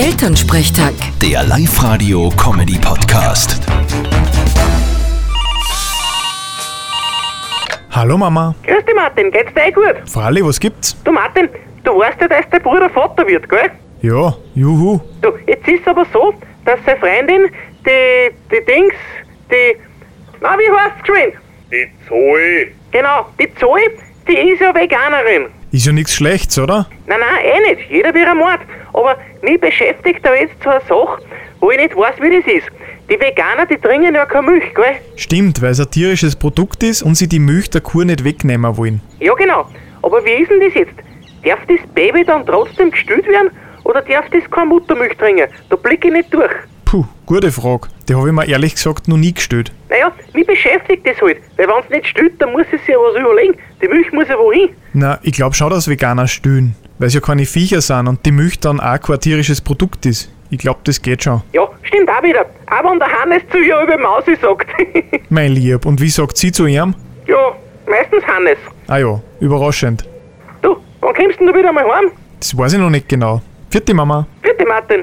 Elternsprechtag. Der Live-Radio-Comedy-Podcast. Hallo Mama. Grüß dich, Martin. Geht's dir eh gut? Fralli, was gibt's? Du, Martin, du weißt ja, dass dein Bruder Vater wird, gell? Ja, juhu. Du, jetzt ist aber so, dass seine Freundin, die, die Dings, die... Na, wie heißt's geschwind? Die Zoe. Genau, die Zoe, die ist ja Veganerin. Ist ja nichts Schlechtes, oder? Nein, nein, eh nicht. Jeder wie er Mord. Aber mich beschäftigt da jetzt so eine Sache, wo ich nicht weiß, wie das ist. Die Veganer, die trinken ja keine Milch, gell? Stimmt, weil es ein tierisches Produkt ist und sie die Milch der Kuh nicht wegnehmen wollen. Ja, genau. Aber wie ist denn das jetzt? Darf das Baby dann trotzdem gestillt werden? Oder darf das keine Muttermilch trinken? Da blick ich nicht durch. Puh, gute Frage. Die habe ich mir ehrlich gesagt noch nie gestellt. Naja, mich beschäftigt das halt. Weil wenn es nicht stillt, dann muss es sich ja was überlegen. Die Milch muss ja wohin. Na, ich glaube schon, dass Veganer stillen, weil es ja keine Viecher sind und die Milch dann auch kein tierisches Produkt ist. Ich glaube, das geht schon. Ja, stimmt auch wieder. Auch wenn der Hannes zu ihr über Mausi sagt. Mein Lieb, und wie sagt sie zu ihm? ja, meistens Hannes. Ah ja, überraschend. Du, wann kommst denn du wieder mal heim? Das weiß ich noch nicht genau. Vierte Mama. Bitte, Martin.